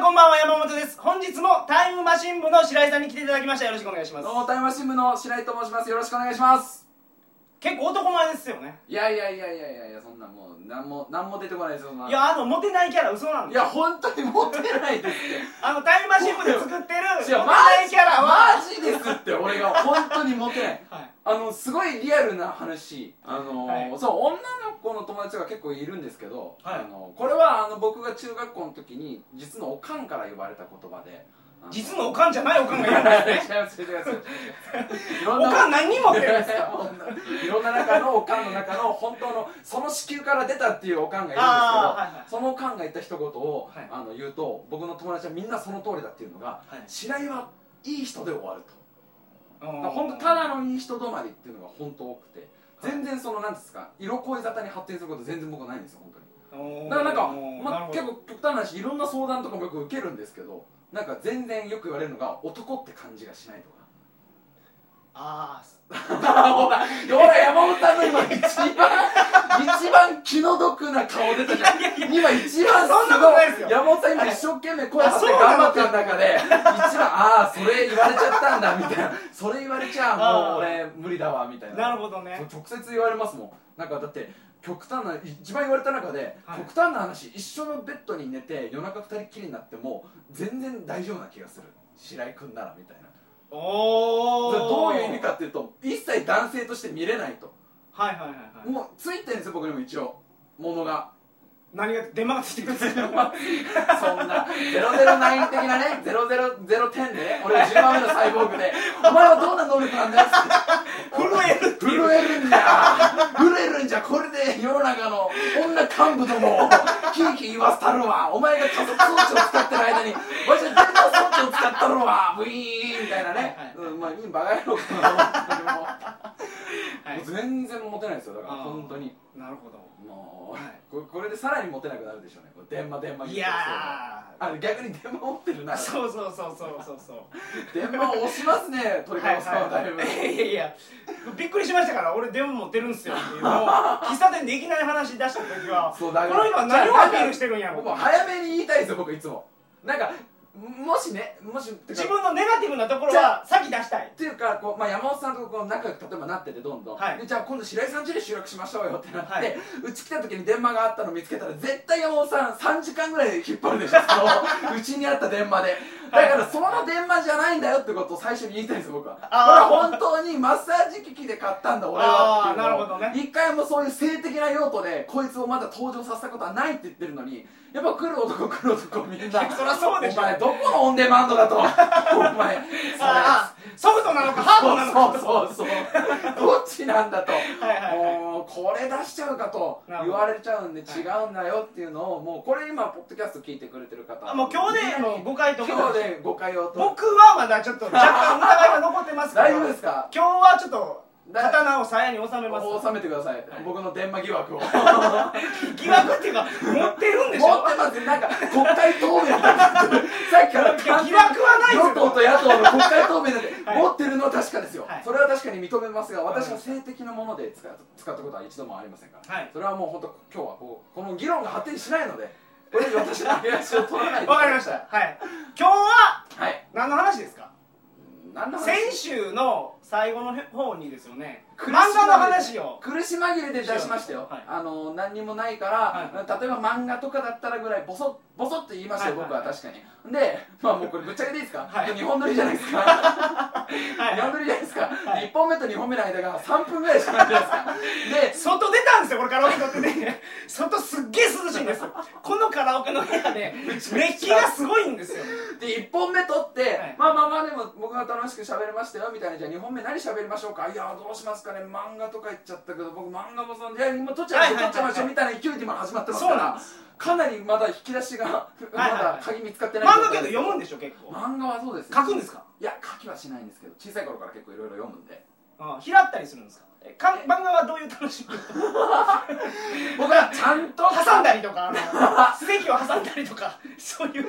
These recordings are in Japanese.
こんばんは山本です本日もタイムマシン部の白井さんに来ていただきましたよろしくお願いしますどうもタイムマシン部の白井と申しますよろしくお願いします結構男前ですよねいやいやいやいやいやいやそんなもうなんもなんも出てこないですよそんないやあのモテないキャラ嘘なんいですや本当にモテないですっあのタイムマシン部で作ってるモてテいやマないジキャラはマジですって俺が本当にモテないはいあのすごいリアルな話あの、はいそう女の子の友達が結構いるんですけど、はいあのこれはあの僕が中学校の時に実のおかんから呼ばれた言葉であ実のおかんじゃないおかんが いややるんですいねや違います違います違いますいろおんなかん 何人持ってるんですかいろんな中のおかんの中の本当のその子宮から出たっていうおかんがいるんですけど、あーはいはいそのおかんが言った一言を、はいあの言うと僕の友達はみんなその通りだっていうのが、はい白井はいい人で終わるとだから本本当ただのいい人止まりっていうのが本当多くて全然その何ですか色恋沙汰に発展すること全然僕はないんですよ本当にだからなんか、まあ、結構極端な話いろんな相談とかもよく受けるんですけどなんか全然よく言われるのが男って感じがしないとかあほら、ほら、山本さんの今一番、一番気の毒な顔出たじゃん。今一番そんなことないですよ山本さん今一生懸命声張ってはい頑張ってる中で、あ一番、ああ、それ言われちゃったんだ、みたいな。それ言われちゃあーもう俺無理だわ、みたいあな。なるほどね直接言われますもん。なんかだって、極端な、一番言われた中で、はい極端な話、一緒のベッドに寝て夜中二人っきりになっても、全然大丈夫な気がする。白井君なら、みたいな。おおどういう意味かっていうと一切男性として見れないとはいはいはいはいもうついてるんですよ僕にも一応ものが何が出回ってきてくるんです そんかな009的なね000点でね俺が10番目のサイボーグでお前はどんな能力なんだよ震える震えるんじゃ震えるんじゃこれで世の中の女幹部どもをキーキー言わせたるわお前が家族装置を使ってる間にわしは電脳装置を使ったるわブイーンみたいなね、はいうんまあいいバカ野郎だなもうはもう全然モテないですよだからあー本当にいなるほどもう、はいここれでさらにモテなくなるでしょうねこう電話電話い言ってますやけどあ逆に電話持ってるなーそうそうそうそうそうそう電話を押しますね取り返すかはだいぶ、いやいやびっくりしましたから俺電話持ってるんですよっていうのを喫茶店でいきなり話出した時はそうだからこの人は何をアピールしてるんやろ僕も早めに言いたいですよ僕いつもなんかもしねもしってか自分のネガティブなところじゃは先出したいっていうかこう、まあ、山本さんとこう仲良く例えばなっててどんどん、はいでじゃあ今度白井さん家で収録しましょうよってなって、はいうち来た時に電話があったの見つけたら絶対山本さん3時間ぐらい引っ張るでしょそのうちにあった電話でだからその電話じゃないんだよってことを最初に言いたいんです僕はこれあーは本当にマッサージ機器で買ったんだ俺はっていうのをあーなるほどね一回もそういう性的な用途でこいつをまだ登場させたことはないって言ってるのにやっぱ来る男来る男みんなそりゃそうでしょお前どこのオンデマン ドだとお前それああソフトなのかハードなのかそうそうそうそうどっちなんだとはいはいはいもうこれ出しちゃうかとなるほ言どわれちゃうんではい違うんだよっていうのをもうこれ今ポッドキャスト聞いてくれてる方あもう今日でもう5回と今か日で誤解をと僕はまだちょっと若干疑いが残ってますから大丈夫ですか今日はちょっとだ刀を鞘に収めます収めてくださいい僕の電話疑惑を持っ疑惑っていうか持ってるんでてしょますなんか国会答弁だってさっきから疑惑はないですよ与党と野党の国会答弁だってはい持ってるのは確かですよ、はいそれは確かに認めますが私は性的なもので使う使ったことは一度もありませんから、はいそれはもう本当今日はこうこの議論が発展しないのでこれ以上私の話を取らないでわかりましたはい今日ははい何の話ですか何の話先週の最後の方にですよね苦し紛漫れ画の話を苦し紛れで出しましたよ、はいあの何にもないから、は例えば漫画とかだったらぐらいボソッボソッと言いましたよ、はいはい僕は確かにでまあもうこれぶっちゃけでいいですか、はい日本撮りじゃないですか日本撮りじゃないですか、はい1本目と2本目の間が3分ぐらいしかないじゃ ないですかで外出たんですよこれカラオケだってね外すっげえ涼しいんですこのカラオケの部屋で熱気がすごいんですよで1本目撮って、いまあまあまあでも僕が楽しく喋れましたよみたいなじゃあ2本目何喋りましょうかいやどうしますかね漫画とか言っちゃったけど僕漫画もそんでいや今撮っちゃいましょう撮はっいはいはいはいちゃいましょうみたいな勢いで今始まってますかそうなんらですかなりまだ引き出しがまはいはいだ鍵見つかって漫ない画けど読むんでしょ結構漫画はそうですね書くんですかいや書きはしないんですけど小さい頃から結構いろいろ読むんでああ拾ったりするんですかえか漫画はどういう楽しみ僕はちゃんと挟んだりとかあのステーキを挟んだりとかそういう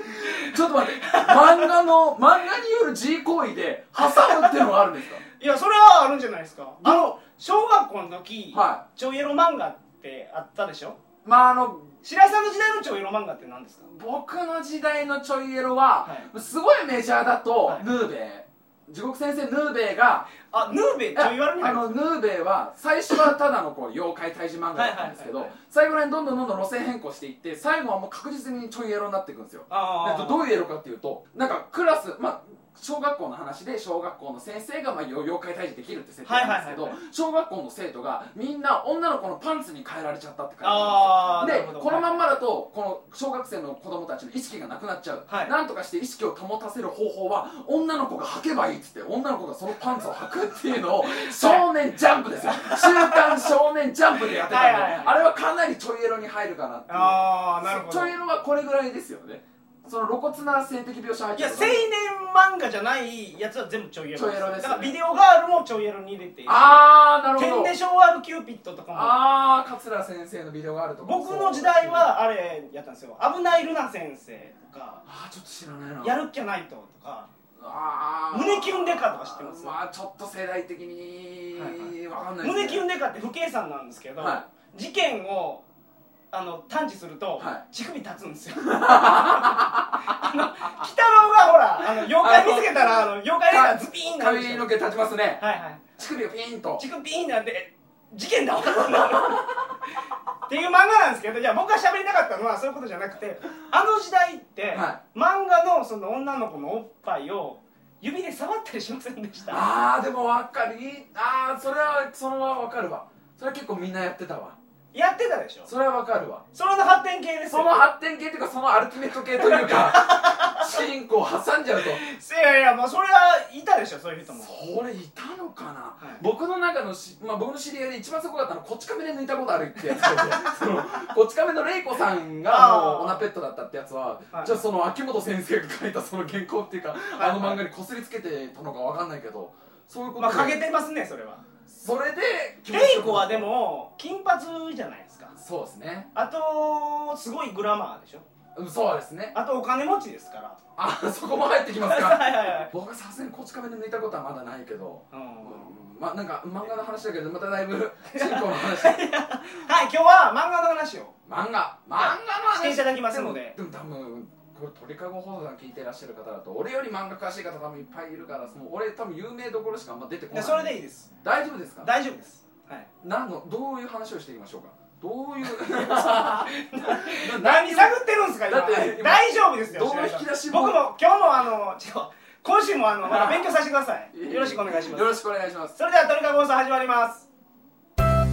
ちょっと待って漫画の漫画による G 行為で挟むっていうのはあるんですかいやそれは あるんじゃないですかあどの小学校の時、はちょいエロ漫画ってあったでしょいまああの白井さんの時代の超エロ漫画って何ですか僕の時代のちょいエロは、はすごいメジャーだと、はいヌーベイ地獄先生ヌーベイがあヌーベちょいわるにあ入るのヌーベイは最初はただのこう妖怪退治漫画だったんですけど、はいはいはいはい最後らへんどんどんどんどん路線変更していって最後はもう確実にちょいエロになっていくんですよあえっーとどういうエロかっていうとなんかクラスまあ小学校の話で小学校の先生がまあよ妖怪退治できるって設定なんですけど、はいはい小学校の生徒がみんな女の子のパンツに変えられちゃったって書いてああーるんなるですほよどでこのまんまだとこの小学生の子供たちの意識がなくなっちゃう、はいなんとかして意識を保たせる方法は女の子が履けばいいっつって女の子がそのパンツを履くっていうのを「少年ジャンプ」ですよ「週刊少年ジャンプ」でやってたんで、はいはいはいあれはかなりちょいエロに入るかなっていうあーなるほちどょいエロはこれぐらいですよねその露骨な性的描写入っいてるや青年漫画じゃないやつは全部ちょいエロちょいエロですよねだからビデオガールもちょいエロに入れているあーなる天ほどで昭和のキューピッドとかあー桂先生のビデオがあるともかも僕の時代はあれやったんですよ「危ないルナ先生」とかあーちょっと知らない「なやるっきゃないと」とかあー胸キュンデカとか知ってますまあちょっと世代的にはいはわかんないですね胸キュンデカって不敬さんなんですけど、は事件をあの探知すると、は乳首立つんですよ あの鬼太郎がほらあの妖怪見つけたらあの妖怪出たらズピーンなんです髪よの毛立ちますねはいはい乳首がピーンと乳首ピーンなんで事件だっていう漫画なんですけどいや僕が喋りたかったのはそういうことじゃなくてあの時代って、は漫画のその女の子のおっぱいを指で触ったりしませんでしたああでもわかるああそれはそのままわかるわそれは結構みんなやってたわやってたでしょそれはわかるわそれの発展系ですそよの発展系というかそのアルティメット系という か進行を挟んじゃうといやいやまあそれはいたでしょそういう人もそれいたのかな、い僕の中のし、まあ、僕の知り合いで一番すごかったのはこち亀で抜いたことあるってやつで そのこち亀の玲子さんがあーもうオナペットだったってやつは、はいじゃあその秋元先生が書いたその原稿っていうか、いあの漫画にこすりつけてたのかわかんないけどそういうことまあで、欠けてますねそれはそれでレイコはでも金髪じゃないですかそうですねあとすごいグラマーでしょうんそうですねあとお金持ちですからあそこも入ってきますか はいはいはい僕はさすがにこち亀で抜いたことはまだないけど、うんうんまあなんか漫画の話だけどまただいぶ進行の話はい今日は漫画の話を漫画漫画の話していただきますのででも多分これ鳥かご放送さん聞いてらっしゃる方だと俺より漫画詳しい方多分いっぱいいるからその俺多分有名どころしかあんま出てこいなやいそれでいいです大丈夫ですか大丈夫ですはい何のどういう話をしていきましょうかどういう 何探ってるんですか今だって今大丈夫ですよど白の井引さんき出し僕も今日もあのちょっと今週もあのまだ勉強させてくださ いよろしくお願いしますよろしくお願いしますそれでは鳥かご放送始まります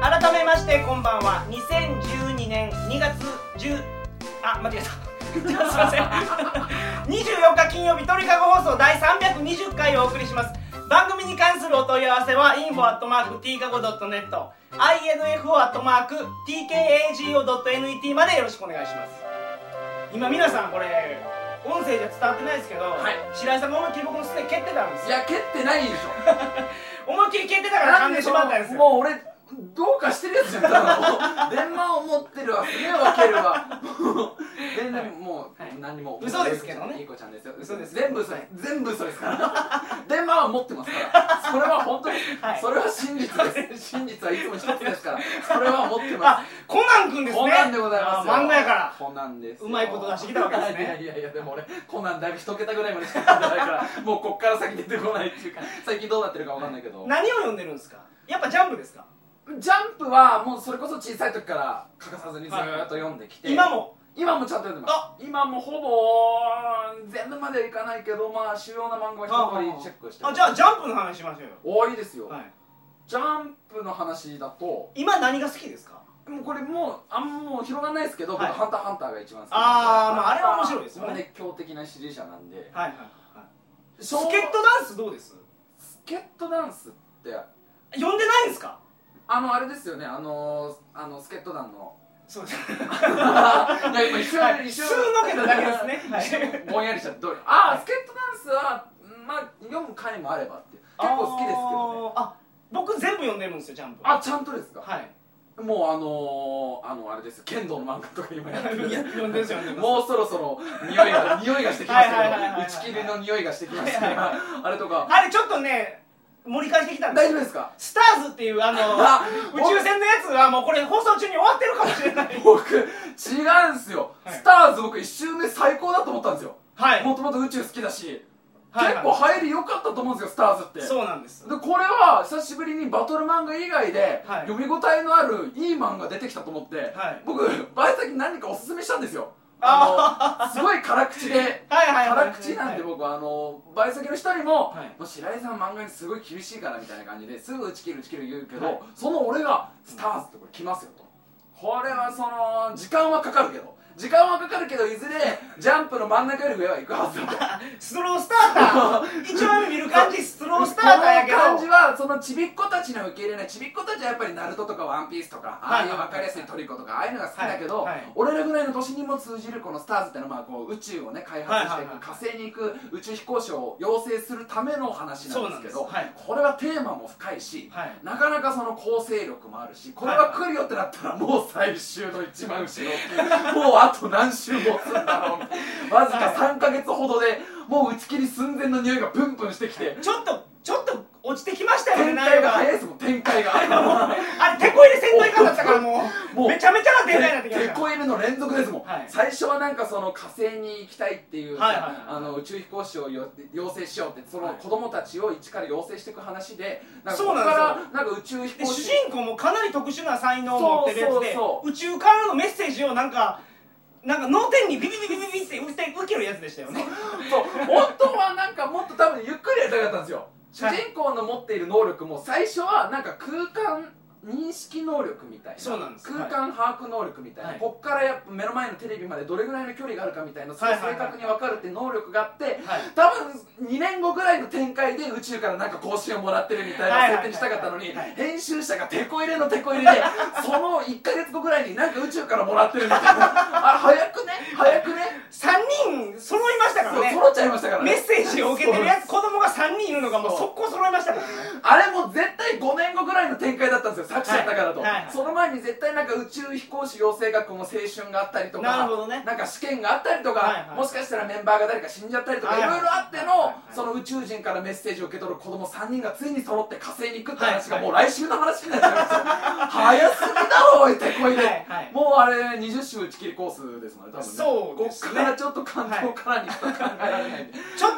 改めましてこんばんは2012年2月10あ間違えた すいません24日金曜日鳥かご放送第320回をお送りします番組に関するお問い合わせは info.tkago.net info.tkago.net までよろしくお願いします今皆さんこれ音声じゃ伝わってないですけど、はい白井さんが思いっきり僕のすね蹴ってたんですいよや蹴ってないでしょ思いっきり蹴ってたから噛んでしまったんですよもう俺どうかしてるやつじゃんただの電話を持ってるわすげえわけるわもう全然もはいう何も嘘ですけどねいい子ちゃんですよ嘘です全部嘘はでいす全部嘘ですから電話は持ってますからそれは本当にはいそれは真実です真実はいつも一つですからそれは持ってまあ、コナンくんですすね。コナンでございますよあ漫画やから。コナンですようまいこと出してきたわけですねいやいやいやでも俺コナンだいぶ一桁ぐらいまでしか読んでないからもうこっから先出てこないっていうか最近どうなってるかわかんないけど何を読んでるんですか。やっぱジャンプですか。ジャンプはもうそれこそ小さい時から欠かさずにずーっと読んできて、今も。今もちゃんと読んでまあす今もほぼ全部まではいかないけどまあ主要な漫画は一通りチェックしてあ、ますじゃあジャンプの話しましょうよ。おーいいですよ、はい。ジャンプの話だと今何が好きですか。もうこれもうあんもう広がんないですけど、はい僕ハンターハンターが一番好きなんであーまああれは面白いですよねもう熱狂的な支持者なんではいはいはいススケットダンスどうですスケットダンスって呼んでないんですかあのあれですよねあのあのスケット団 のそうですいや今一瞬、はい一瞬すーのけただけですねはい一瞬ぼんやりしちゃってどれ ああスケットダンスはまあ読む回もあればって結構好きですけどねあーあ僕全部読んでるんですよジャンプあちゃんとですか、はいもうあのー、あのあれですよ剣道の漫画とか今やってるいや読んでるんですよ読んでます もうそろそろ匂いが匂いがしてきましはいはいはいはいたはいよ打ち切りの匂いがしてきましたはいけど あれとかあれちょっとね盛り返してきたんです大よ丈夫ですかスターズっていうあのあ宇宙船のやつはもうこれ放送中に終わってるかもしれない僕違うんすよ、はいスターズ僕1周目最高だと思ったんですよはいもともと宇宙好きだし、はい結構入り良かったと思うんですよスターズってでそうなんですこれは久しぶりにバトル漫画以外で、はい読み応えのあるいい漫画出てきたと思って、はい僕バイト先に何かおすすめしたんですよああのすごい辛口で はいはいはい辛口なんで僕あのバイト先の人にも,、はいもう白井さん漫画にすごい厳しいからみたいな感じですぐ打ち切る打ち切る言うけど、はいその俺が「スターズ」ってこれ来ますよとこれはその時間はかかるけど時間はかかるけどいずれジャンプの真ん中より上は行くはずだとスロースターター一応見る感じスロースターターやけどこの感じはそのちびっ子たちの受け入れないちびっ子たちはやっぱりナルトとかワンピースとかあはいあいう分かりやすいトリコとかああいうのが好きだけど、はいはい俺らぐらいの年にも通じるこのスターズってのはまあこう宇宙をね開発してはいはいく、いはい火星に行く宇宙飛行士を養成するための話なんですけそどうなんですこれはテーマも深いし、はいなかなかその構成力もあるしこれは来るよってなったらもう最終の一番後ろっていうもうあと何週もすんだろうわずか3ヶ月ほどでもう打ち切り寸前の匂いがプンプンしてきてちょっとちょっと落ちてきましたよね展開が内早い容ですもん展開があれ手こ入れ戦隊感だったからもうもうめちゃめちゃな展開になってきましテたコ入れの連続ですもん、はい最初はなんかその火星に行きたいっていう、はいはいはいあの宇宙飛行士をよ養成しようってそはのい子供たちを一から養成していく話でなんかそうここなんですかよらなんか宇宙飛で行主士人公もかなり特殊な才能を持ってるやつでそうそうそ宇宙からのメッセージをなんかなんか脳天にビビビビビビって打って受けるやつでしたよねそう本当はなんかもっと多分ゆっくりやりたかったんですよ主はい人公の持っている能力も最初はなんか空間認識能力みたいなそうなんです空間把握能力みたいな、はいこっからやっぱ目の前のテレビまでどれぐらいの距離があるかみたいな、それはいはい正確に分かるって能力があって、はい多分2年後ぐらいの展開で宇宙からなんか更新をもらってるみたいはいなはい設定にしたかったのに、はいはい編集者がテこ入れのテこ入れでその1か月後ぐらいになんか宇宙からもらってるみたいなあ早くね早くね3人揃いましたからそうね揃っちゃいましたからねメッセージを受けてるやそうつ子供が3人いるのがもうそう速攻揃いましたからねあれもう絶対5年後ぐらいの展開だったんですよ作者だからと、はいはいはいその前に絶対なんか宇宙飛行士養成学校の青春があったりとかなるほどねなんか試験があったりとか、はいはいもしかしたらメンバーが誰か死んじゃったりとか、はいいはいろいろあっての、はいはいはいその宇宙人からメッセージを受け取る子供3人がついに揃って火星に行くって話がはいもはう来週の話になっちゃいました、早すぎだろおいてこいで、はいはいもうあれ20週打ち切りコースですもんね多分ねそうですねこっからちょっと関東からにしか考えられないんでちょっ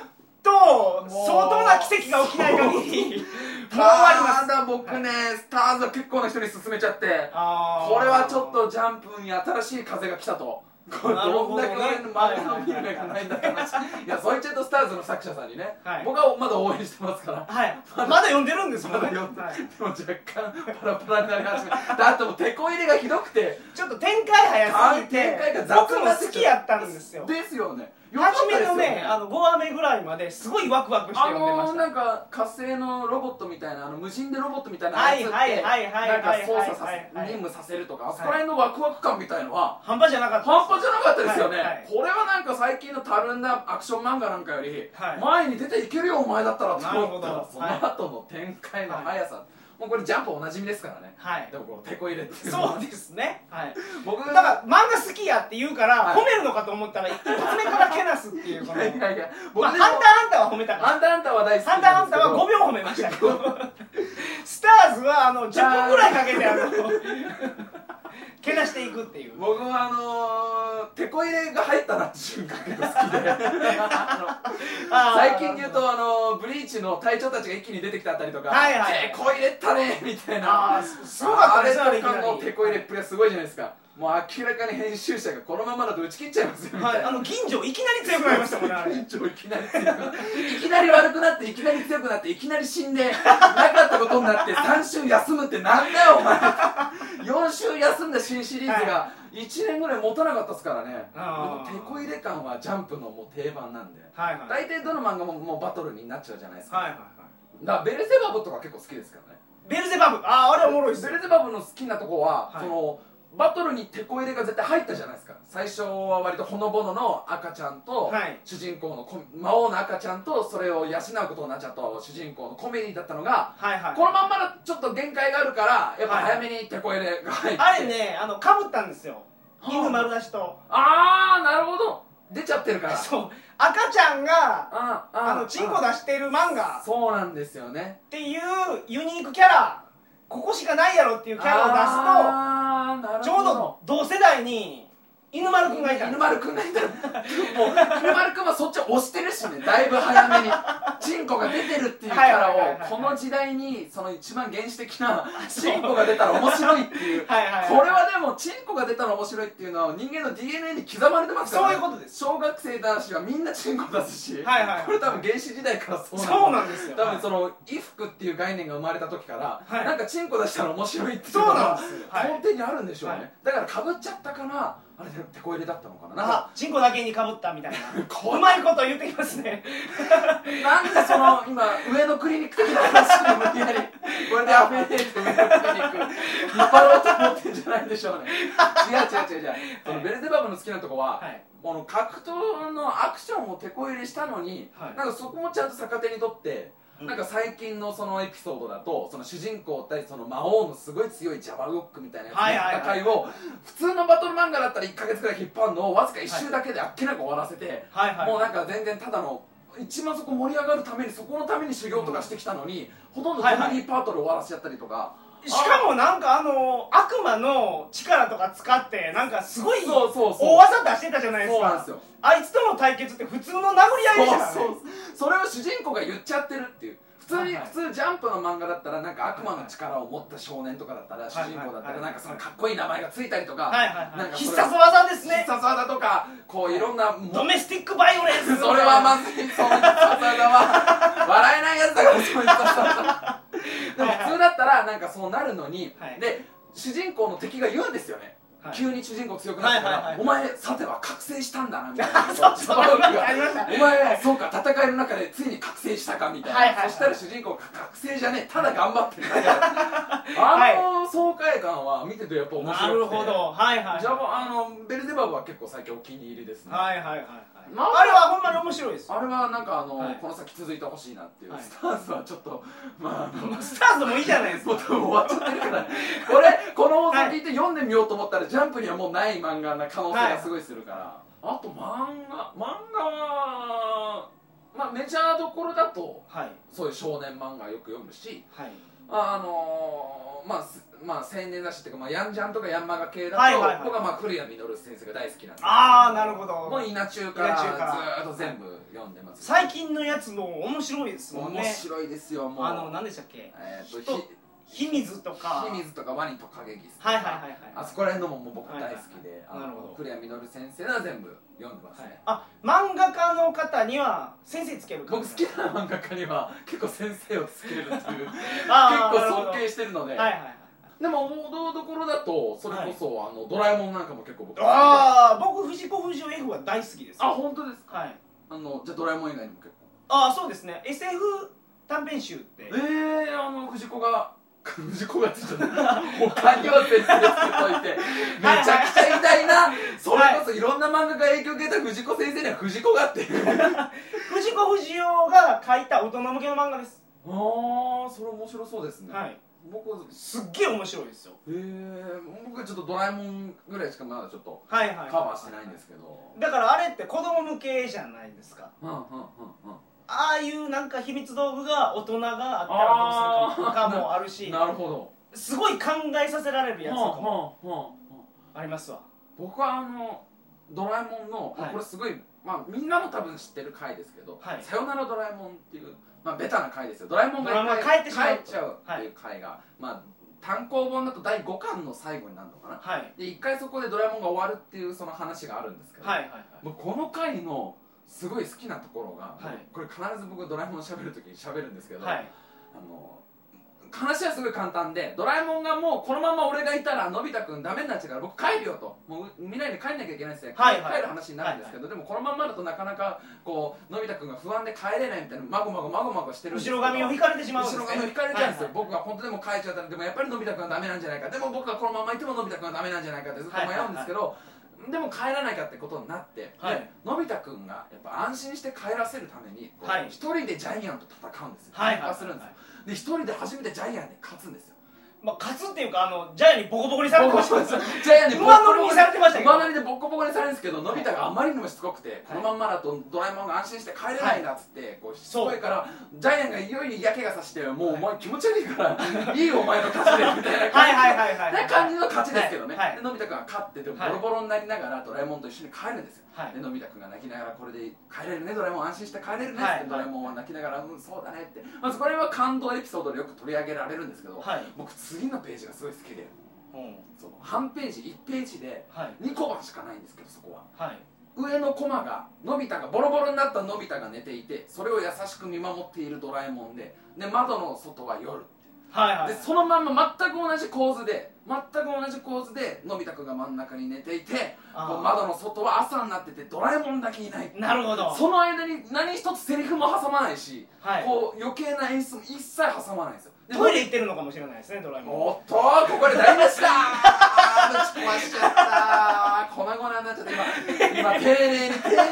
と相当な奇跡が起きない限りもう終わりますだ僕ね、スターズを結構な人に勧めちゃってあーこれはちょっとジャンプに新しい風が来たとこれなるほどどんねだけ俺の漫画を見る目がないんだって話いやそう言っちゃうとスターズの作者さんにね、はい僕はまだ応援してますからはいまだ読んでるんですもまんだね読んで、はいでも若干パラパラになり始めだってもうテコ入れがひどくてちょっと展開早すぎて展開が雑僕にもなって好きてきやったんですよですよねよかった初ですめよのねあの5話目ぐらいまですごいワクワクしてあ読んでまのしー、たなんか火星のロボットみたいなあの無人でロボットみたいなはやいつってはいはいはいなんか操作さはいせはいはい任務させるとかあそこら辺のワクワク感みたいのは半端じゃなかった半端じゃなかったですよね、はいはいこれはなんか最近のたるんだアクション漫画なんかよりはい前に出ていけるよお前だったらと思ったなるらほそどの後の展開の速さ、もうこれジャンプおなじみですからねはい でもこのテコ入れっていうのそはうですねはい僕だがから漫画好きやって言うからはい褒めるのかと思ったら一発目からけなすっていうこのいやいやいやまあ僕ハでンタもーハンターは褒めたからハンターハンターは大好きハンターハンターはご5秒褒めましたけどスターズはあの10分ぐらいかけてあのけなしていくっていう僕はあのー、テコ入れが入ったなって瞬間が好き であの最近で言うとあのー、ブリーチの隊長たちが一気に出てきたあたりとかはいはいテコ入れたねみたいあなーすすごかったですねあれいきとなかりのテコ入れっぷりはすごいじゃないですかもう明らかに編集者がこのままだと打ち切っちゃいますよみはたいいな、あの銀城いきなり強くなりましたもん ねあれ緊 張いきなり強くなっていきなり悪くなっていきなり強くなっていきなり死んでなかったことになって3週休むってなんだよお前4週休んだ新シリーズが1年ぐらい持たなかったですからね、あーでもテこ入れ感はジャンプのもう定番なんではいはいはい大体どの漫画ももうバトルになっちゃうじゃないですか、はいはだからベルゼバブとか結構好きですけどねいベルゼバブあああれおもろいっすベルゼバブの好きなとこは、はいそのバトルにテこ入れが絶対入ったじゃないですか最初は割とほのぼのの赤ちゃんと、はい主人公のコ魔王の赤ちゃんとそれを養うことになっちゃった主人公のコメディだったのがはいはいこのまんまだとちょっと限界があるからやっぱはい早めにテこ入れが入って、あれねあのかぶったんですよはあ犬丸出しとあーなるほど出ちゃってるからそう赤ちゃんがあああのチンコ出だしてる漫画そうなんですよねっていうユニークキャラここしかないやろっていうキャラをあーなる出すとちほょうど同世代に犬丸くんがいたんで犬す丸くんがいたもう犬丸くんはそっちを押してるしねだいぶ早めにチンコが出てるっていうキャはいはいはいはラいをこの時代にその一番原始的なチンコが出たら面白いっていうこはいはいれはでもチンコが出たら面白いっていうのは人間の DNA に刻まれてますから、ね、そういうことです小学生男子はみんなチンコ出すし、はいはいはいこれ多分原始時代からそうなんだそうなんですよ多分その衣服っていう概念が生まれた時から、はいなんかチンコ出したら面白いっていうそのうがなんですよはい根底にあるんでしょうね、はいだからかぶっちゃったからあれ手こ入れだったのかななんかあチンコだけにかぶったみたいなこうまいこと言ってきますねなんでその今上のクリニック的な話に無理やりこれでアフィリエイト上のクリニック引っ張ろうと思ってんじゃないんでしょうね違う違う違う違う、そのベルゼバブの好きなとこは、はいこの格闘のアクションを手こ入れしたのに、はいなんかそこもちゃんと逆手にとって、うんなんか最近のそのエピソードだとその主人公対その魔王のすごい強いジャバロックみたいなやつはいはいのはい戦いを普通のバトル漫画だったら1か月ぐらい引っ張るのをわずか1週だけであっけなく終わらせて、はいはいもうなんか全然ただの一番そこ盛り上がるためにそこのために修行とかしてきたのに、ほとんどコメディパートで終わらせちゃったりとか、しかもなんかあの悪魔の力とか使ってなんかすごいそうそうそう大技出してたじゃないですそうなんでかすよあいつとの対決って普通の殴り合いでしたからねそうそうそれを主人公が言っちゃってるっていう普通に、はいはい普通ジャンプの漫画だったらなんか悪魔の力を持った少年とかだったら、い主人公だったはらいなんかそのかっこいい名前がついたりとか,、はいはいなはんいか必殺技です必ね殺技とかこういろんなもドメスティックバイオレンスそれはまずいその必殺技は笑えないやつだからその必殺技でも普通だったらなんかそうなるのに、はいで主人公の敵が言うんですよね、はい急に主人公強くなったから、はいはいはいお前さては覚醒したんだなみたいなそ うそうありましたお前はそうか戦いの中でついに覚醒したかみたいな、はいはいはいそしたら主人公が覚醒じゃねえただ頑張ってるだけだ はいあの爽快感は見ててやっぱ面白いなるほどはいはいじゃああのベルゼバブは結構最近お気に入りですね、はいはいはいはいまああれはほんまに面白いですあれはなんかあの、はいこの先続いてほしいなっていう、はいスタンスはちょっとまああのもスターズもいいじゃないですうか終わっちゃってるからこれこの放送聞いて読んでみようと思ったら、ジャンプにはもうない漫画な可能性がすごいするから、あと漫画漫画はまあメジャーどころだとはいそういう少年漫画よく読むしはいあのーまあすまあ青年雑誌っていうか、まあ、ヤンジャンとかヤンマガ系だと、はいはいはい僕はまあ古谷実先生が大好きなんであーなるほどもう稲中から稲ず中からーっと全部読んでます最近のやつの面白いですもんね面白いですよもうあの何でしたっけえー、と人ひ秘密とか清水とかワニとかゲギスとかはいはいはいはいあそこら辺のももう僕大好きで、はいはいはいなあるほのど栗谷実先生は全部読んでますね、あ漫画家の方には先生つける感僕じ好きな漫画家には結構先生をつけるっていう結 あー構尊なる敬してるのほで、どはいはいはいでも王道どころだとそれこそ、あのドラえもんなんかも結構僕好きであああ僕藤子不二雄 F は大好きです本当ですかはいあのじゃあドラえもん以外にも結構ああそうですね SF 短編集ってえー、あの藤子が 藤子がついちゃった他 には別につけといてめちゃくちゃ偉大なそれこそいろんな漫画が影響を受けた藤子先生には藤子がっていうあ藤子不二雄が書いた大人向けの漫画です、あそれ面白そうですね、はい僕はすっげえ面白いですよえー、僕はちょっとドラえもんぐらいしかまだちょっとはいはい、はい、カバーしてないんですけど、だからあれって子供向けじゃないですかうんうんうんうんああいうなんか秘密道具が大人があったらどうするかあーとかもあるしなるほどすごい考えさせられるやつとかもうんうんうんうんありますわ僕はあの「ドラえもんの」はいこれすごい、まあ、みんなも多分知ってる回ですけど「はいさよならドラえもん」っていう、まあ、ベタな回ですよドラえもんがドラえもんが帰ってしまう帰っちゃうっていう回が、まあ、単行本だと第5巻の最後になるのかなはいで一回そこでドラえもんが終わるっていうその話があるんですけど、はいはいはいもうこの回のすごい好きなところが、はいこれ必ず僕ドラえもん喋る時に喋るんですけど、はいあの話はすごい簡単でドラえもんがもうこのまま俺がいたらのび太くんダメになっちゃうから僕帰るよともう未来に帰んなきゃいけないですね、はいはい帰る話になるんですけど、でもこのまんまだとなかなかこうのび太くんが不安で帰れないみたいなまごまごまごまごしてるんです後ろけど髪を引かれてしまうんです後ねろ髪を引かれちゃうんですよ、はい僕が本当でも帰っちゃったらでもやっぱりのび太くんはダメなんじゃないかでも僕がこのままいてものび太くんはダメなんじゃないかってずっと迷うんですけど、でも帰らなきゃってことになって、はいでのび太くんがやっぱ安心して帰らせるためにこうはい一、人でジャイアンと戦うんですよ、はいはい喧嘩するんですよで一人で初めてジャイアンに勝つんですよまあ、勝つっていうかあのジャイアンにボコボコにされてましたボコボコジャイアンに ボコボコ馬乗りにされてましたけど馬乗りでボッコボコにされるんですけどのび太があまりにもしつこくてこのまんまだとドラえもんが安心して帰れないんだっつってこうしつこいからジャイアンがいよいよ嫌気がさしてもうお前気持ち悪いからいいよお前の勝ちでみたいな感じで はいはいはいはいな感じの勝ちですけどね、はいはいでのび太くんが勝っててボはいロボロになりながらドラえもんと一緒に帰るんですよ、はいでのび太くんが泣きながらこれで帰れるねドラえもん安心して帰れるねって、はいドラえもんは泣きながらうんそうだねってまずこれは感動エピソードでよく取り上げられるんですけど、はい、僕次のページがすごい好きでうん、その半ページ1ページではい2コマしかないんですけどそこははい上のコマがのび太がボロボロになったのび太が寝ていてそれを優しく見守っているドラえもんでで窓の外は夜はいはいでそのまんま全く同じ構図で全く同じ構図でのび太くんが真ん中に寝ていてあーこう窓の外は朝になっててドラえもんだけいないなるほどその間に何一つセリフも挟まないし、はいこう余計な演出も一切挟まないんですよでトイレ行ってるのかもしれないですねドラえもんおっとここで台無しだあーぶち壊しちゃった粉々になっちゃった今今丁寧に丁寧に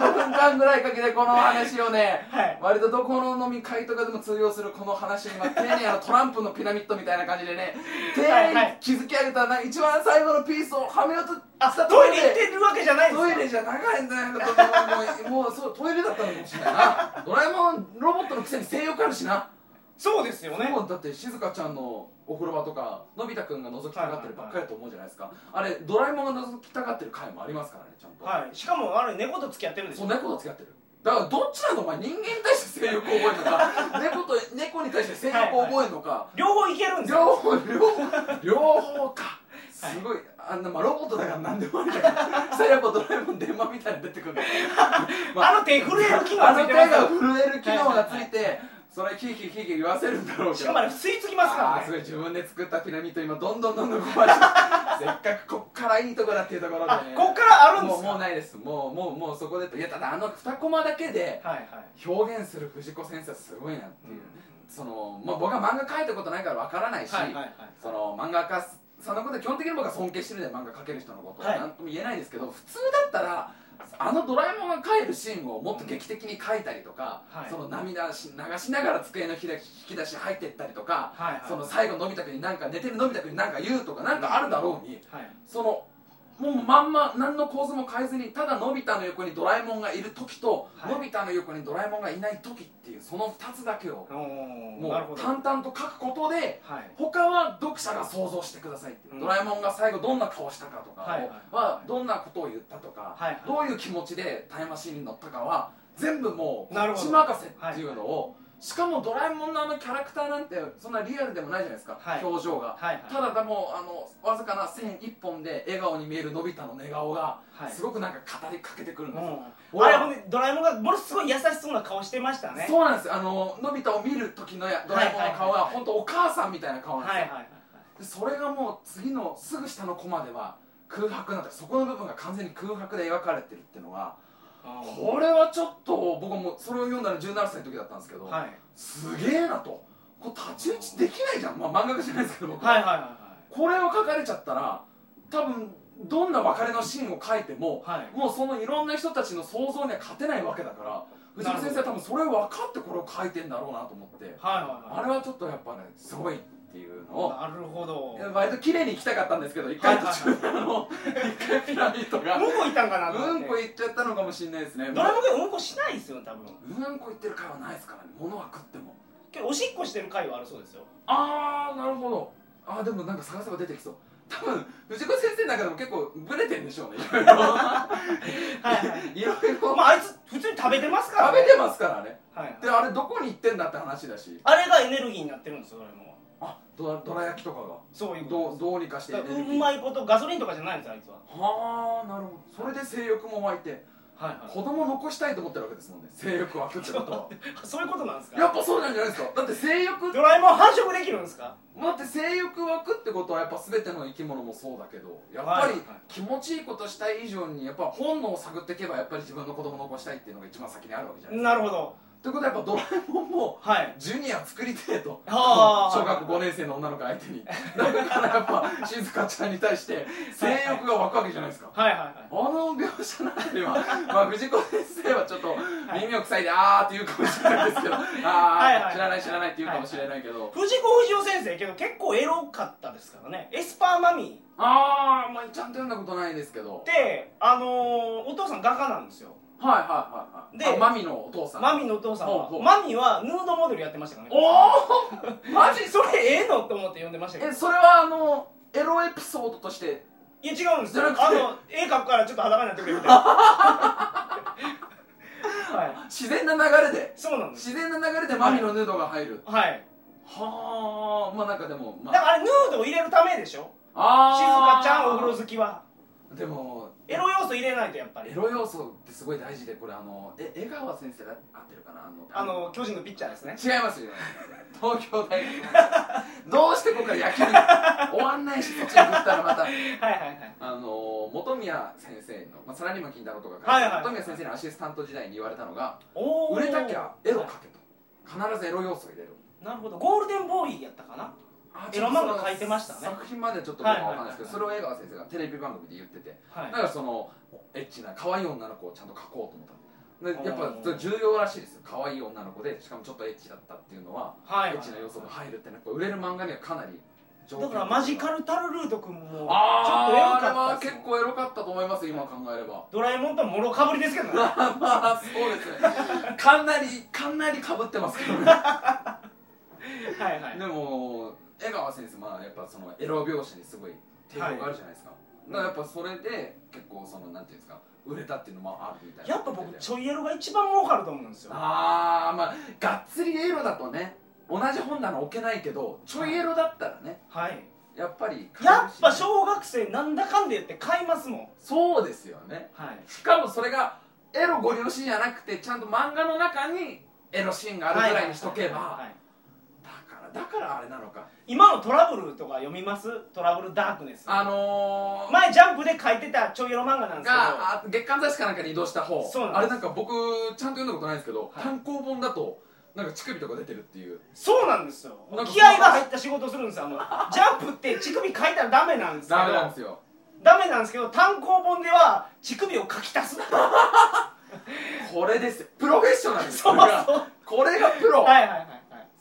5分間ぐらいかけてこの話をねはい割とどこの飲み会とかでも通用するこの話には丁寧にあのトランプのピラミッドみたいな感じでね丁はいは寧にい築き上げたな一番最後のピースをはめようとあしたとこトろイでレ行ってるわけじゃないんですトかイレじゃ長いんじゃないかと思うもうもうそうトイレだったのかもしれないなドラえもんロボットのくせに性欲あるしなそうですよねもうだって静香ちゃんのお風呂場とかのび太くんが覗きたがってるばっかりだと思うじゃないですか、あれドラえもんが覗きたがってる回もありますからねちゃんと、はいしかもあれ猫と付き合ってるんですそよう猫と付き合ってるだからどっちなのお前人間に対して性欲を覚えるのか猫と猫に対して性欲を覚えるのか、両方いけるんです両よ方両方両方かすごい、あんなまあロボットだから何でもありだからそれやっぱドラえもん電話みたいなの出てくるからあの手震える機能あついのて手ますがか震える機能がついてそれキーキーキーキー言わせるんだろうらけしどかもあれ吸い付きますからあーすごねい自分で作ったピラミッド今どんどんどんどん壊してせっかくこっからいいとこだっていうところであねこっからあるんでもすうかもうないですもうもうもうそこでといやただあの2コマだけではいはい表現する藤子先生はすごいなっていう、その、まあ、僕は漫画描いたことないからわからないし、はいはいはいその漫画家さんのことは基本的に僕は尊敬してるんで漫画描ける人のことははい何とも言えないですけど、普通だったらあのドラえもんが描いるシーンをもっと劇的に描いたりとか、はいその涙し流しながら机の引き出し引き出し入っていったりとか、はいはいその最後のび太くんになんか寝てるのび太くんになんか言うとかなんかあるだろうにはいそのもうまんま何の構図も変えずにただのび太の横にドラえもんがいる時と、はいのび太の横にドラえもんがいない時っていうその2つだけをおもーなるほうど淡々と書くことではい他は読者が想像してくださいっていう、うんドラえもんが最後どんな顔したかとかをはいはいはどんなことを言ったとか、はいはいどういう気持ちでタイムマシーンに乗ったかは全部もうこなるっほちど任せっていうのを、しかもドラえもんのあのキャラクターなんてそんなリアルでもないじゃないですか、はい表情はが、いはいただでもあのわずかな線一本で笑顔に見えるのび太の寝顔がはいすごくなんか語りかけてくるんですよ、うんあれほんでドラえもんがものすごい優しそうな顔してましたねそうなんですよあののび太を見る時のやドラえもんはいの顔はいははい本当お母さんみたいな顔なんですはよ、いはいはいでそれがもう次のすぐ下のコマでは空白になってそこの部分が完全に空白で描かれてるっていうのははいこれはちょっと僕もそれを読んだの17歳の時だったんですけど、はいすげえなとこれ太刀打ちできないじゃん、まあ、漫画家じゃないですけど僕ははいはいはこれを描かれちゃったら多分どんな別れのシーンを描いても、いはいもうそのいろんな人たちの想像には勝てないわけだから藤子先生は多分それを分かってこれを描いてんだろうなと思ってはいあはれはちょっとやっぱねすごいっていうのをいはいなるほどいや割と綺麗に行きたかったんですけど一回途中であの一回ピラミッドがうんこいたんかなとう思んってこ行っちゃったのかもしれないですねドラえもんがうんこしないですよ多分うんこ行ってる回はないですからね物は食ってもけどおしっこしてる回はあるそうですよああなるほどああでもなんか探せば出てきそう多分藤子先生の中でも結構ブレてるんでしょうねいろいろはいはいいろい ろまああいつ普通に食べてますから食ねべてますからねはいはいであれどこに行ってんだって話だしあれがエネルギーになってるんですよドラえもんはあドラドラ焼きとかがそういうどこうどうにかしとだてエかネらルうギーまいことガソリンとかじゃないんですあいつははあなるほどそれで性欲も湧いてはいはい子供残したいと思ってるわけですもんね性欲湧くってことはそういうことなんですかやっぱそうなんじゃないですかだって性欲ドラえもん繁殖できるんですかだって性欲湧くってことはやっぱ全ての生き物もそうだけどやっぱはいはりい気持ちいいことしたい以上にやっぱ本能を探っていけばやっぱり自分の子供残したいっていうのが一番先にあるわけじゃないですかなるほどということはやっぱドラえもんもはいジュニア作りてえとあー小学5年生の女の子相手にだからやっぱ静香ちゃんに対して性欲が湧くわけじゃないですかはいはいはいあの描写の中 では、まあ、藤子先生はちょっと耳を塞いで、あーって言うかもしれないで すけど、あはいー、はい知らない、知らないって言うかもしれないけど、藤子不二雄先生けど結構エロかったですからねエスパーマミーあー、まあ、ちゃんと読んだことないですけどっ、てあのーお父さん画家なんですよはいはいはいはい。であマミのお父さん。マミーのお父さんはほうほうマミーはヌードモデルやってましたからねお ーマジそれええのと思って読んでましたけどえ、それはあの、エロエピソードとして、いや違うんですよじゃなくてあの絵描くからちょっと裸になってくれみたいな はい自然な流れで、そうなんです自然な流れでマミのヌードが入る。はいはー、まあなんかでも、まだかあ、らあれヌードを入れるためでしょ静あ香ちゃんお風呂好きは呂でも、エロ要素入れないとやっぱりエロ要素ってすごい大事でこれあのえ江川先生だ合ってるかなああのの巨人のピッチャーですね違いますよ東京大学どうしてここから野球に終わんないしこっちに振ったらまたはいはいはいあの本宮先生の、まあ、サラリーマン金太郎とかはが、いはいはい本宮先生のアシスタント時代に言われたのがおー売れたきゃエロかけと必ずエロ要素を入れるなるほどゴールデンボーイやったかなあエロ漫画書いてましたね作品まではちょっと僕は分かんないですけど、はいそれを江川先生がテレビ番組で言っててはいだからそのエッチな可愛い女の子をちゃんと描こうと思ったのでやっおーぱそれ重要らしいですよ可愛い女の子でしかもちょっとエッチだったっていうのは、はいエッチな要素が入るってなんか売れる漫画にはかなり上級だからマジカルタルルート君もちょっとエロあーかったあれは結構エロかったと思います今考え ればドラえもんとはもろかぶりですけどね まあそうですねかなりかなりかぶってますけどねはいはいでも江川先生まあやっぱそのエロ描写にすごい抵抗があるじゃないですか、だからやっぱそれで結構そのなんていうんですか売れたっていうのもあるみたいなやっぱ僕ちょいエロが一番儲かると思うんですよあーまあがっつりエロだとね同じ本棚置けないけどちょいエロだったらねはいやっぱり買えやるっしぱ小学生なんだかんで言って買いますもんそうですよねはいしかもそれがエロご利用しじゃなくてちゃんと漫画の中にエロシーンがあるぐらいにしとけば、はいはいだからだからあれなのか今のトラブルとか読みますトラブルダークネスあのー、前ジャンプで書いてたちょいエロ漫画なんですけどがあ月刊雑誌かなんかに移動した方そうなんですあれなんか僕ちゃんと読んだことないんですけど、はい単行本だとなんか乳首とか出てるっていうそうなんですよなんか気合が入った仕事するんですよあのジャンプって乳首書いたらダメなんですけどダメなんですよダメなんですけど単行本では乳首を書き 足すこれですよプロフェッショナルですそうそうこれがはこれがプロ、いはいはいはい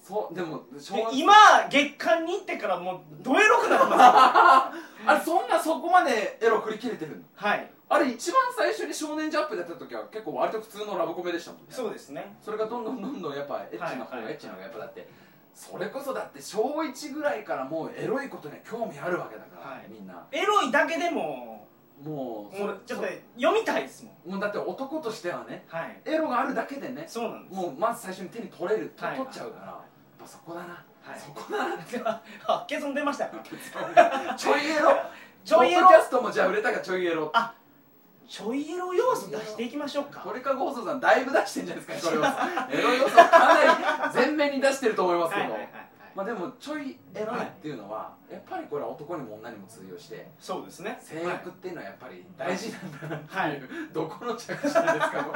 そうでも小で学今月間に行ってからもうどエロくなってますよ あれそんなそこまでエロ振り切れてるのはいあれ一番最初に「少年ジャンプ」でやった時は結構割と普通のラブコメでしたもんねそうですねそれがどんどんどんどんやっぱエッチな方はいはがいエッチな方がやっぱだってそれこそだって小1ぐらいからもうエロいことには興味あるわけだから、はいみんなエロいだけでももうもそれうちょっと読みたいですもんもうだって男としてはねはいエロがあるだけでねそうなんですもうまず最初に手に取れる、はい取っちゃうからやっぱそこだな、はいそこだなって あ結論出ましたかちょいエロ ちょいエロポッドキャストもじゃあ売れたがちょいエロちょいエロ要素出していきましょうか鳥かご放送さんだいぶ出 してんじゃないですかそれはエロ要素かなり全面に出してると思いますはけいど、はいはいはいまあでもちょいエロいっていうのは、やっぱりこれは男にも女にも通用してそうですね性欲っていうのはやっぱり大事なんだなっていう、はいどこの着地なんです かこ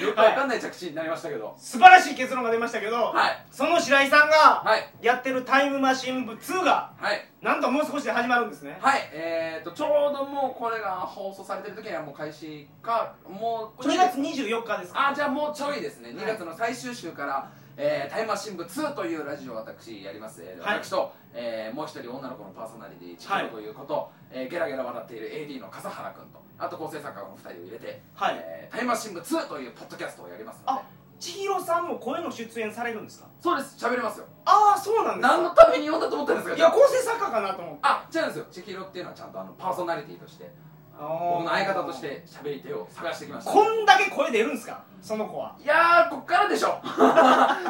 れよくわかんない着地になりましたけど素晴らしい結論が出ましたけど、はいその白井さんがはいやってるタイムマシン部2がはいなんともう少しで始まるんですねはいえー、とちょうどもうこれが放送されてる時にはもう開始かもうちょい2月24日ですかあじゃあもうちょいですね、い2月の最終週から、えー、タイムマシン部2というラジオを私やります、えーはい私と、えーもう一人女の子のパーソナリティチキはいンということ、えーゲラゲラ笑っている AD の笠原君とあと構成作家の2人を入れて、はいえータイムマシン部2というポッドキャストをやりますのであ千尋さんも声の出演されるんですかそうです喋れますよああそうなんです何のかために呼んだと思ったんですかいや構成作家かなと思ってあ違うんですよチキロっていうのはちゃんとあのパーソナリティとしてあー僕の相方として喋り手を探してきましたこんだけ声出るんですかその子はいやーこっからでしょ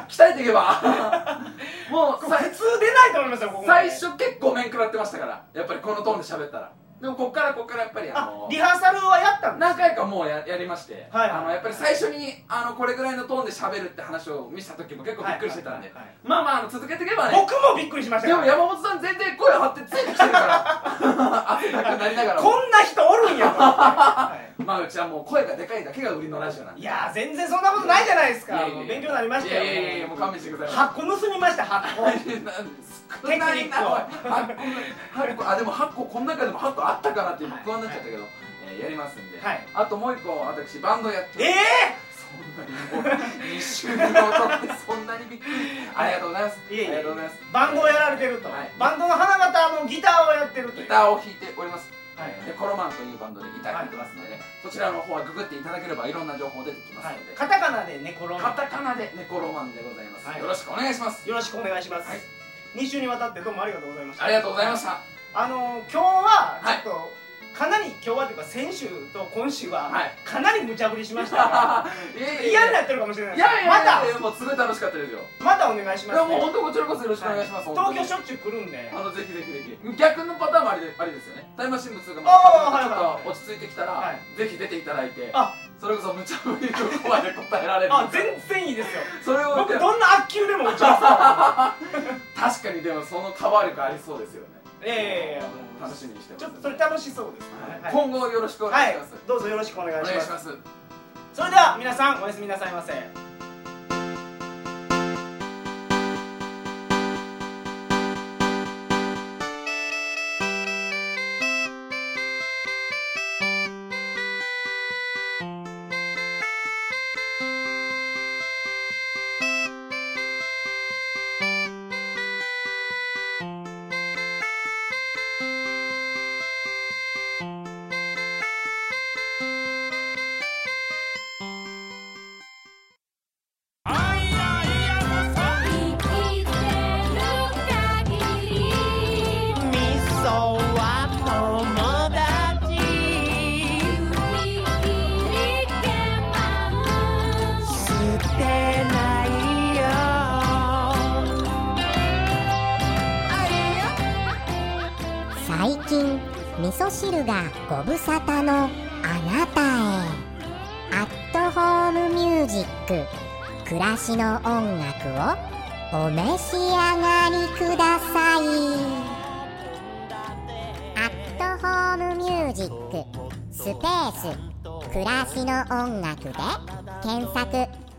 鍛えてい けばもう普さ通出ないと思いますよここまで最初結構面食らってましたからやっぱりこのトーンで喋ったらでもこっからこっからやっぱりああのリハーサルはやったんです何回かもうややりまして、はいあのやっぱり最初にあのこれぐらいのトーンで喋るって話を見せた時も結構びっくりしてたんで、はいはいはいまあまああの続けていけばね僕もびっくりしましたでかもら山本さん全然声張ってついてきてるから 汗だくなりながらもこんな人おるん やと思ってはまあうちはもう声がでかいだけが売りのラジオなんいでいやー全然そんなことないじゃないですいやかいやいやもう勉強になりましたよいやいやいやもう勘弁してください8個盗みました8個少ないなおい8個8個あでも8個この中でも8個あったかなって今不安になっちゃったけど、えーやりますんで、はいあともう一個私バンドやってますええそんなにもう2週にわたってそんなにびっくりありがとうございますいえいえありがとうございますバンドをやられてると、はいバンドの花形のギターをやってるといギうターを弾いております、はいでコロマンというバンドでギター弾いてますので、そちらの方はググっていただければいろんな情報出てきまはすいので、カタカナでネコロンカタカナでネコロマンでございます、はいよろしくお願いしますよろしくお願いします、はい2週にわたってどうもありがとうございましたありがとうございましたあのー今日ははいちょっと、かなり今日はというか先週と今週は、はいかなり無茶ぶりしましたかいやら嫌にいやいやなってるかもしれないいですやいまやたいやもうすごい楽しかったですよまたお願いしいます、やね、もう本当こちらこそよろしくお願いします、東京し京ょっちゅう来るんであのぜひぜひぜひ逆のパターンもありでありですよねタイムマシン部2があーちはいはいょはいっと落ち着いてきたら、はいぜひ出ていただいてあそれこそ無茶ぶりの声で答えられるあ全然いいですよそれを僕でもどんな悪球でも打ちま確かにでもそのカバー力ありそうですよねすいやいやいやもう楽しみにしてますちょっとそれ楽しそうですねはい今後よろしくおは願いいします、、どうぞよろしくお願いおし願まいすしますそれでは皆さんおやすみなさいませ「みそは友だち」「捨てないよ」最近味噌汁がご無沙汰のあなたへアットホームミュージック暮らしの音楽をお召し上がりくださいアットホームミュージックスペース暮らしの音楽で検索